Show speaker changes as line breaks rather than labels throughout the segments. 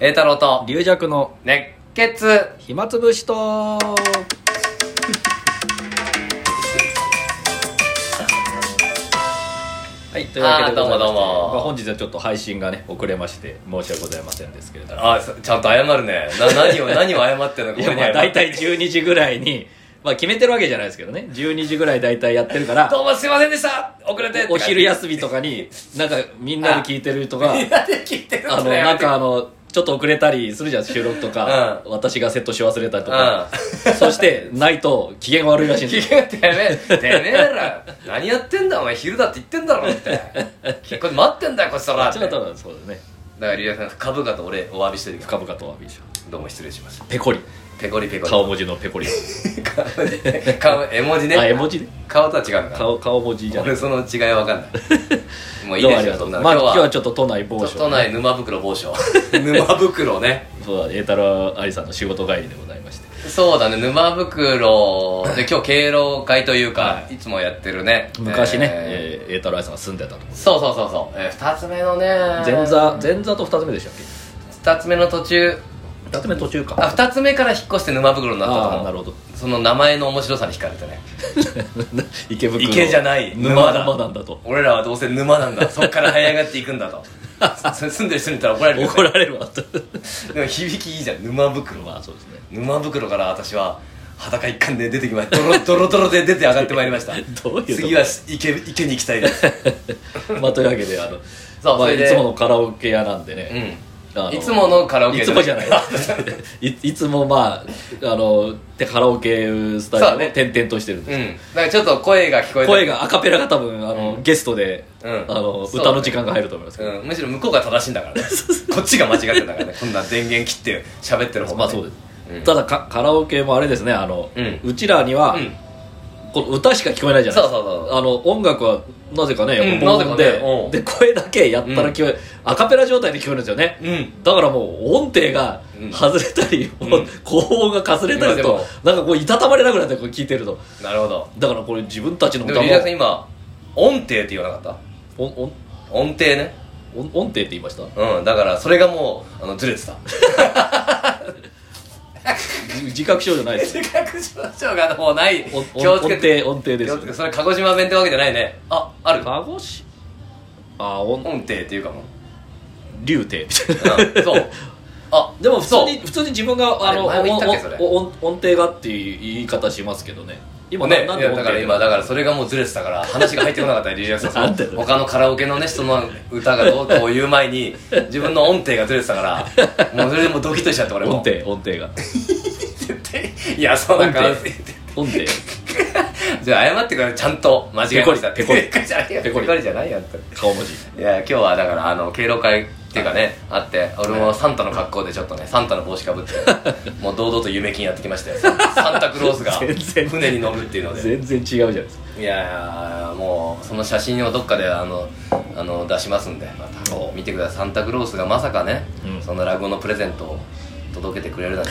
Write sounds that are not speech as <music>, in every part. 栄太郎と
龍尺の
熱血
暇つぶしとはいというわけ
あ
でございまして
ーどうもどうも
まあ、本日はちょっと配信がね遅れまして申し訳ございませんですけれども
あそちゃんと謝るねな何を <laughs> 何を謝ってるのか
いやまあ大体12時ぐらいにまあ決めてるわけじゃないですけどね12時ぐらい大体やってるから
どうもすいませんでした遅れて
お昼休み
と
とかになんかみんなで聞いてるとか <laughs>
みんなで聞いてる <laughs>
あの、なんかあの、ちょっと遅れたりするじゃん、収録とか。私がセットし忘れたりとか。そして、ないと機嫌が悪いらしいん
聞
ですよ。
けてめえてめえら何やってんだお前昼だって言ってんだろってこれ待ってんだよこっちら
あ
っ
ち
て
ら
だ
と
か
はそうだね。
らリュウヤさん株価と俺お詫びしてるけど
深々とお詫びでしょ。
どうも失礼しました
ペコリ。
ペコリペコリ
顔文字のペコリ。
顔絵文字ね
あ、絵文字ね。
顔とは違うのかな
顔、顔文字じゃない。
俺その違いわか
<laughs>
んないもういい
どう
で
もあ
しょ
りがと
そ
うんま
な
あ
の
今日は
は
ちょっと都内某所。
都内沼袋某 <laughs> 所沼袋ね
そうだ、栄太郎愛さんの仕事帰りでございまして。
そうだね沼袋で今日敬老会というか、、
はい
つもやってるね
昔ね、
え
えー栄太郎愛さんが住んでたとこ
ーそうそうそうそう、え2つ目のね
前座、前座と二つ目でしたっ
2つ目の途中
け二つ目途中か。
あ2つ目から引っ越して沼袋になったと思
あ
う
ーなるほど。 <laughs>
その名前の面白さに惹かれてね
池袋。
池じゃない沼だ
沼だ。沼なんだと。
<laughs> 俺らはどうせ沼なん <laughs> だそっから這い上がっていくんだとそ <laughs> 住んでる人に言ったら怒られるよね
怒られるわ。
でも響きいいじゃん沼袋
まあそうですね。 <laughs>
沼袋から私は裸一貫で出てきましたドロドロドロで出て上がってまいりました <laughs>
どういうこと
次は池池に行きたいです
<laughs> まあ、というわけであの
<laughs> そう
ま
そ
あ、
れ
い
で
つものカラオケ屋なんで
う
ね、
ん
あの
いつものカラオケ
いつもじ
<laughs>
ゃないい <laughs> いつもまああのでカラオケスタジオ
そ
を
うね
転々としてるんです、
うんなんかちょっと声が聞こえて
声がアカペラが多分あの、ゲストで、
うん
あの
そうだね
歌の時間が入ると思いますけど、
うん、むしろ向こうが正しいんだ
<laughs>
からねこっちが間違ってんだからねこんな電源切って喋ってる方が
まあ
ね、
そうです、
うん
ただかカラオケもあれですねあの、
うん
ちらには、
うん
この歌しか聞こえないじゃないですか
そうそうそう
あの音楽はなぜかね
うん
やっぱ防音
なぜか
で,、
ねうん
で声だけやったら聞こえ、アカペラ状態で聞こえるんですよね、
うん
だからもう音程が
うん
外れたり、
ん
もう高音がかすれた
まあ
り
で
と
も、
なんかこういたたまれなくなってこう聞いてると
なるほど
だからこれ自分たちの
で
歌
も
も
リリアさん今音程って言わなかっ
音音
た音程ね
音音程って言いました
うんだからそれがもうあのずれて
<laughs>
た
自覚症じゃないです
自覚症状がもうない
音音
気をつ
音
けて
程音程で
気をつけて
す
それ鹿児島弁ってわけじゃないねあある
鹿児島あ音
音程っていうかも、
竜程みたいな
うん、
<laughs>
そうあ
でも普通
そう
に普通に自分があの
あれ前も言ったっけそれ
おおお音音程がっていう言い方しますけどね今な
ね、
なん
い
で
や
音
だ
程
から今だからそれがもうずれてた
<laughs>
から話が入ってこなかったリリアさんその
なんでだよ
他のカラオケのね人の歌がどうこう言う前に自分の音程がずれてた
<laughs>
からもうそれでもうドキッとしちゃって俺
音
も
程音程が
<laughs> いやそうなんか
音程音程
じゃあ謝ってくれちゃんと間違えました
ペコリ
ペコリじゃないよ <laughs>
ペ
ペ
コ
コ
リ
リじゃないよって
顔文字
いや今日はだからあの敬老会っていうかねあって俺もサンタの格好でちょっとねサンタの帽子かぶってもう堂々と夢金やってきましたよサンタクロースが
<laughs> 全然
船に乗るっていうので
全然違うじゃないですか
いやーもうその写真をどっかであのあの出しますんでまた
お
見てくださいサンタクロースがまさかね、
うん
そんな落語のプレゼントを届けてくれるなんて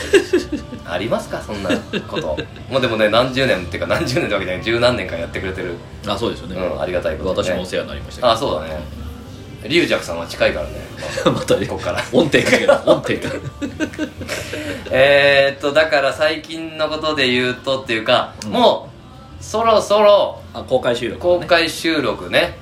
ありますかそんなこともうでもね何十年っていうか何十年ってわけじゃない十何年間やってくれてる、
あそうですよね、
うん、ありがたいこと
私
で、ね、
もお世話になりましたけど
あそうだね龍尺さんは近いからね
<laughs> またね
こっから
音程かけた音程か
えーっとだから最近のことで言うとっていうか、
うん
もうそろそろ
あ公開収録、
公開収録ね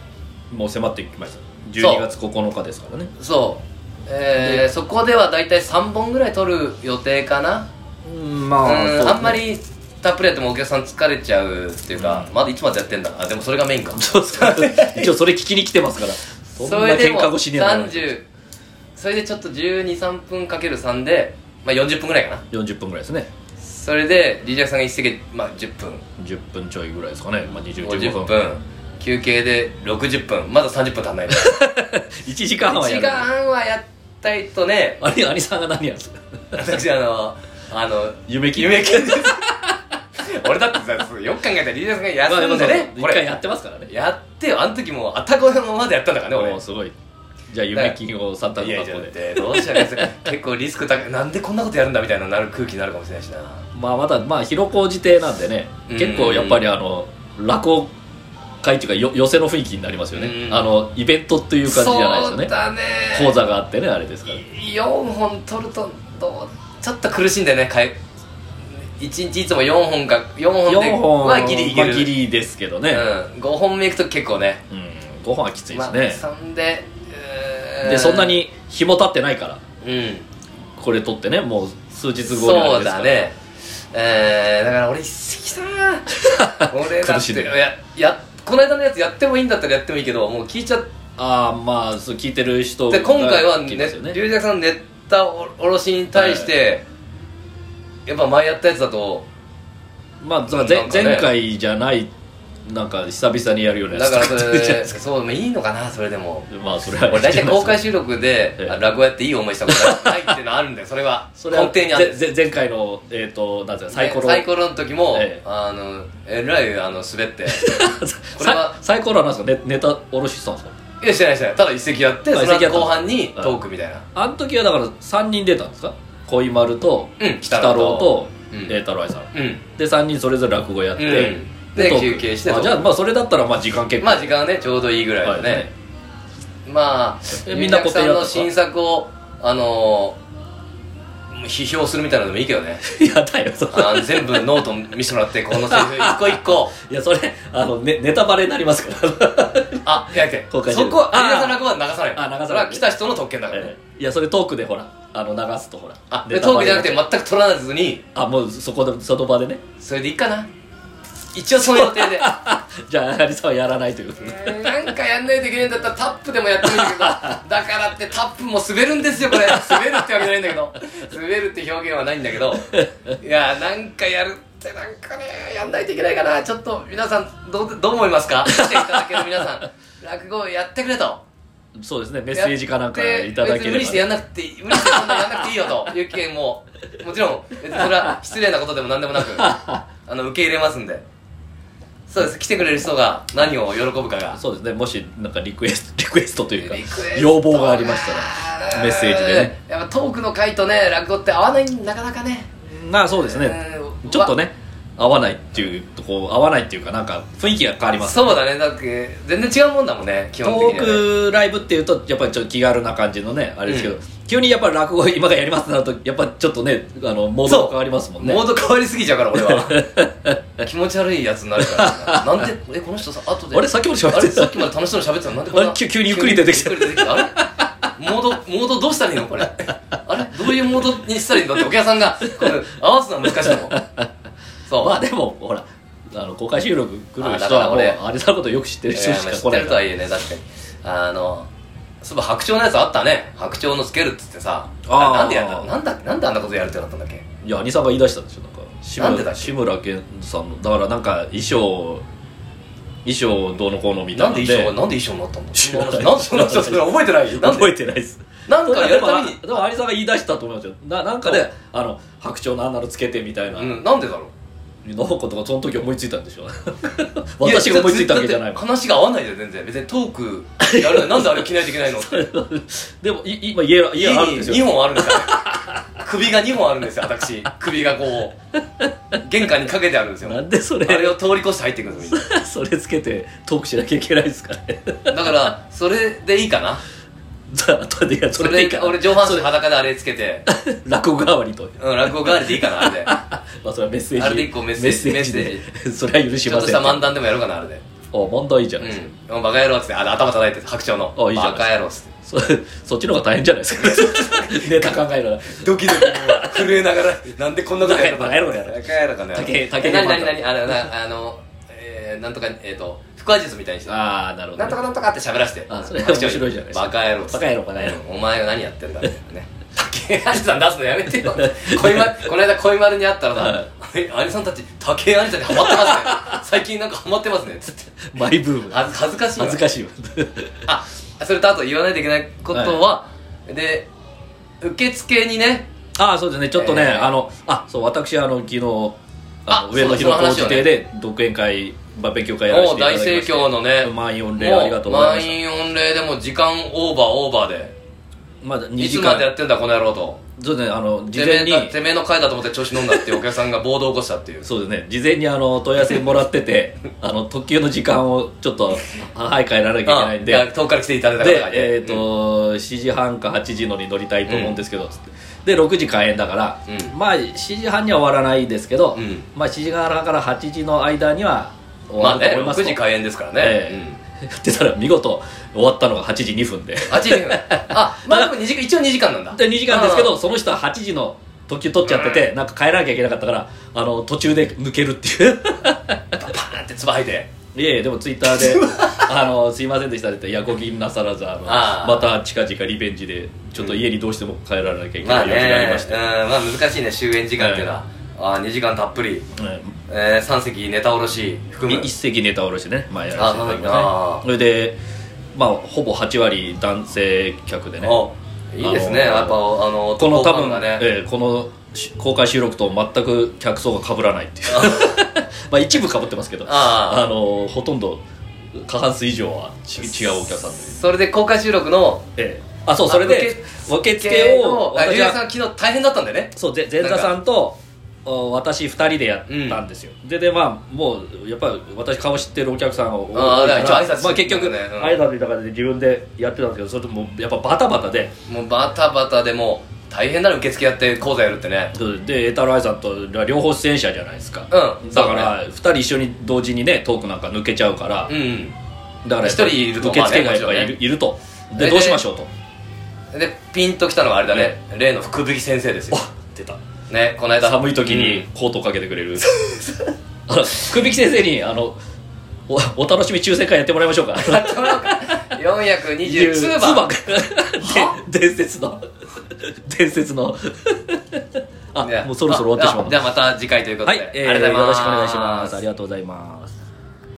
もう迫ってきました
そう
12月9日ですからね
そう、えー、そこでは大体3本ぐらい撮る予定かな
うん
う
ま
ん、あんまりたっぷりやってもお客さん疲れちゃうっていうか、まだいつまでやってんだあでもそれがメインか
そうそう <laughs> 一応それ聞きに来てますからそんな喧嘩腰にはならない
30それでちょっと123分かける3で、まあ、40分ぐらいかな
40分ぐらいですね
それで DJ さんが一席、まあ、10分
10分ちょいぐらいですかね、まあ、20 15
50
分
分休憩で60分まだ30分足
<laughs>
んない
1時間半は
1
や
時
る
間半はやったいと
<laughs>
ね
あれ兄さんが何やるんですか
私あのあの
夢切り
夢系です俺だってさよく考えたらリーダーさんが休んでね
一
これ
回やってますからね
やってよあの時もうあたこのままでやったんだからね
おーすごいじゃあ夢金をサンタ
俺いや
の
いや
格好
だっ
で
てどうしよう結構リスク高いなんでこんなことやるんだみたいななる空気になるかもしれないしな
まあまだまあ広小路邸なんでね
うん
結構やっぱりあの落語会っていうかよ寄せの雰囲気になりますよね、
うん
あのイベントっていう感じじゃないですよ
そう
ね
だね
講座があってねあれですから
4本取るとどうちょっと苦しいんだよねかい1日いつも4本か4本で
4本
はギリいける、
ギリですけどね、
うん、5本目いくと結構ね
うん5本はきつい
まあ
ですね、
そんでうー
でそんなに日も経ってないから
うん
これ取ってねもう数日後にあ
そ
れ
う
ですか
だ
ら
ねえー、だから俺一石さん
<laughs>
俺だ
苦
って
しん
い
でる
ややこの間のやつやってもいいんだったらやってもいいけどもう聞いちゃって
ああまあそう聞いてる人が
で今回は
聞
ね
いてますよね
龍尺さんのネタおろしに対して、やっぱ前やったやつだと
まあだから
なん
前
かね
前回じゃないなんか久々にやるようなや
だ
つ
から
使
そ
ってるじゃない
れ
ですか
そういいのかなそれでも
まあそれは
俺大体公開
し
収録で
ええ
あ落語やっていい思いしたことないっていうのはあるんだよそれは
そ
根
れは
底にある
ぜぜ前回のえっ、となんていうかサイコロ
サイコロの時も、
ええ
あのえらいあの滑ってこれは
<laughs> サイサイコロはなんですかネネタおろししたんですか
いやしてないしてないただ一席やって
あ
その
一席やった
後後半に
うん
トークみたいな、
あの時はだから3人出たんですか恋丸と
うん
鬼太
鬼
郎と
太郎とうん
栄太郎愛さん
うん
で3人それぞれ落語やって、
うんで
トーク
休憩して
あじゃあまあそれだったらまあ時間結構
まあ時間はねちょうどいいぐらい
は
だ
い
ね、まあ
え
み
み
ん
ん
な
な
こ
固
さ
定
ん
だった
の
んですか
新作をあのー批評するみたいなのでもいいけどね
い <laughs> やだよそれ
あの全部ノート見せてもらってこのセリ
<laughs>
フ一個一個
いやそれあの、ね、ネタバレになりますから
あいやいやそ
公
こ
開してるあー
は有さん落語は流さない
あ流さない
それは来た人の特権だから、
え <laughs> えいやそれトークでほらあの流すとほら
あ
ネ
で
タ
トー
バ
ク
レ
じゃなくて全く取らずに
あもうそこでその場でね <laughs>
それでいいかな一応その予定で
じゃあ有さんはやらないということで
うーんなんかやんないといけないんだったらタップでもやってもいいけどだからってタップも滑るんですよこれ滑るってわけじゃないんだけど滑るって表現はないんだけどいやなんかやるってなんかねやんないといけないかなちょっと皆さんどうどう思いますか来ていただける皆さん落語やってくれと
そうですねメッセージかなんかいただけ
別に無
れ
理
ば
してやんなくていい無理してそんなやんなくていいよという意見ももちろん別にそれは失礼なことでも何でもな
<laughs>
くあの受け入れますんでそうです来てくれる人が何を喜ぶかが
そうですねもしなんかリクエストリ <laughs> クエストというか
リクエスト
要望がありましたらメッセージでね
やっぱトークの回とね落語って合わないなかなかね
まあそうですね
うん
ちょっとね合わないっていうとこ合わないっていうかなんか雰囲気が変わります
そうだねだって全然違うもんだもんね基
ト
本的にはね、
ークライブっていうとやっぱりちょっと気軽な感じのねあれですけど、
うん
急にやっぱ落語今からやりますってなるとやっぱちょっとねあのモードが変わりますもんね
モード変わりすぎちゃうから俺は <laughs> 気持ち悪いやつになるからななんでえこの人さ後で
あれさっきまで喋ってた
あれさっきまで楽しそうに喋ってたのなんでこんな
あ急急にゆっくり出てきた
急にゆっくり出てきあれモードモードどうしたらいいのこれあれどういうモードにしたらいいんだってお客さんがこれ合わすのは難しいのそう
まあでもほらあの公開収録来
あ
る
だ
人
から
はもう
俺
あれさのことよく知ってる人
いや
し
ま
か
あ
来
知っ
な
てる
い
と
から
はいえね確かにあのそういえば白鳥のやつあったね白鳥のつけるっつってさ
あー
なんでやったなんだなんであんなことやるってなったんだっけ
いや兄さんが言い出したんですよなんか志
なんでだっ
村
け
志村けんさんのだからなんか衣装衣装どうのこうのみた
ないんで衣
なん
装がなんで衣装になったんだ
知らない
なんでそんな人それ覚えてないなん
覚え
で
てないです
なんかやるために
でも兄さんが言い出したと思いますよななんか
そ
で
う
あの白鳥のあんなのつけてみたいな
うんなんでだろ
のことがその時思いついたんでしょ
う
私が思いついたわけじゃな
や
いも
だっ
ん
て話が合わないじゃん全然別にトークやるのになんであれ着ないといけ
<laughs>
ないのって
でもい今家家あるんです
家に
よ
2本あるんですよ <laughs> 首が2本あるんですよ私首がこう玄関にかけてあるんですよ
なんでそ
あれ
れ
を通り越して入ってくるんですよみんな
それつけてトークしなきゃいけないですかね
だからそれでいいかな
じゃあ後でいやそ
そ
れ
れ
でいい
で
か
俺上半身裸であれつけて、
落語代わりと
うん、落語代わりでいいかな <laughs> あれで
まあそれはメッセージ
あれで一個メッセージ
メッセージでそれは許し
ちょ
ま
っと
せ
し
ん
た漫談でもやろうかなあれで
お問題いいじゃないですか、
うんもうバカ野郎っつってあ頭叩いて白鳥の
あいいじゃん
バカ野郎っつって
そそっちの方が大変じゃないですかネタ考えるの
ドキドキもう震えながら <laughs> なんでこんなことやった
バカ野郎やろ
バカ野郎かね
竹竹
え
の
何
漫
何
談
何あのなあのえーなんとかえっと腹話術みたいにしてな
ああなるほど、
んとかなんとかって喋らせて
あそれ
白鳥に
面白いじゃないですか
バカ野郎っつって
バカ野郎バカ野郎
うんお前が何やってんだってね竹谷さん出すのやめて
<laughs>
よ小今この間小丸に会ったらさ「え兄さんたち竹谷さんにハマって
<laughs>
ますね最近なんかハマってますね」つって
マイブーム
恥ず恥ずかしいわ
恥ずかしいわ
あそれとあと言わないといけないことは、で受付にね
ああそうですねちょっとね、
えー
あのあそう私あの昨日あ
あ
の上野
そうだ
広小
その話を
指
ね
定で独演会、まあ、勉強会やら
も
せ
う
ていただ
大
きま
盛
して
況のね
満員御礼ありがとうございま
も
し
満員御礼でもう時間オーバーオーバーで
たまだ2
いつ
時
ま
間
でやってんだこの野郎と
そうですねあの事
てめ
前
え
に
かてめえの回だと思って調子乗んだっていうお客さんが暴動を起こしたっていう
そうですね事前にあの問い合わせもらっててあの特急の時間をちょっと <laughs> はい帰らなきゃいけないんで
ああ遠くから来ていただいた方
で
が、ね
えーと7時半か8時のに乗りたいと思うんですけど、つってで6時開演だから、
うん
まあ7時半には終わらないですけど、
うん
まあ、7時半から8時の間には終
ま
わ
あ
ると
ね
思いま
6
すと、
時開演ですからね、
ええやってたら見事終わったのが8時2分で
うん、8時あまあでも2時間一応2時間なんだ
で2時間ですけ
あ
どその人は8時の特急取っちゃってて、なんか帰らなきゃいけなかったからあの途中で抜けるっていう
あパーンって唾吐いて
いえいえでもツイッタ
<laughs>
ーで「あのすいませんでした」って「やこぎんなさらずあの
あー
また近々リベンジでちょっと家にどうしても帰らなきゃいけ
ま
な
あ
い
ね
用事がありまし
う
て、
んまあ難しいね終演時間っていうのは、あ2時間たっぷり、
うん
えー、3席ネタおろし含む
一席ネタ下ろしね、まあ、やらせていただき
あ
ますねそれでまあほぼ8割男性客でね
おいいですね
あの
やっぱあの
この多
男感
分、
がね、
ええこのし公開収録と全く客層が被らないっていう <laughs> まあ一部被ってますけど
ああ
のほとんど過半数以上はち違うお客さんで、
それで公開収録の
ええあそうそれで受付を
あゆ
私
うやさん
は
昨日大変だったんだよね
そうぜ前座さんとお私2人でやったんですよ、ででまあもうやっぱり私顔知ってるお客さんを
ああだから一応挨拶
まあ、結局
してたんだねうん
挨拶みたいな感じで自分でやってたんですけどそれともやっぱバタバタで
もうバタバタでもう大変なの受付やって講座やるってね
で栄太郎愛さんと両方出演者じゃないですか、
うん
だ
そ
か
うだ
ら2人一緒に同時にねトークなんか抜けちゃうから、
うん
だからやっぱ
一人いると
受付がやっ
まあ
ぱ
ね
いる,、いるとで
で
どうしましょうと
でピンときたのはあれだね、例の福引先生ですよ
あ出た
ねこの間
寒い時
う
に
ん
コートをかけてくれる、あの福引先生にあのおお楽しみ抽選会やってもらいましょうか <laughs>
422番
番で <laughs> 伝説の伝説のあ
ね
もうそろそろ終わってしま
あ
う
じゃあまた次回ということ
は
で、
い、えー
ありがとうございます
よろしくお願いしますありがとうございます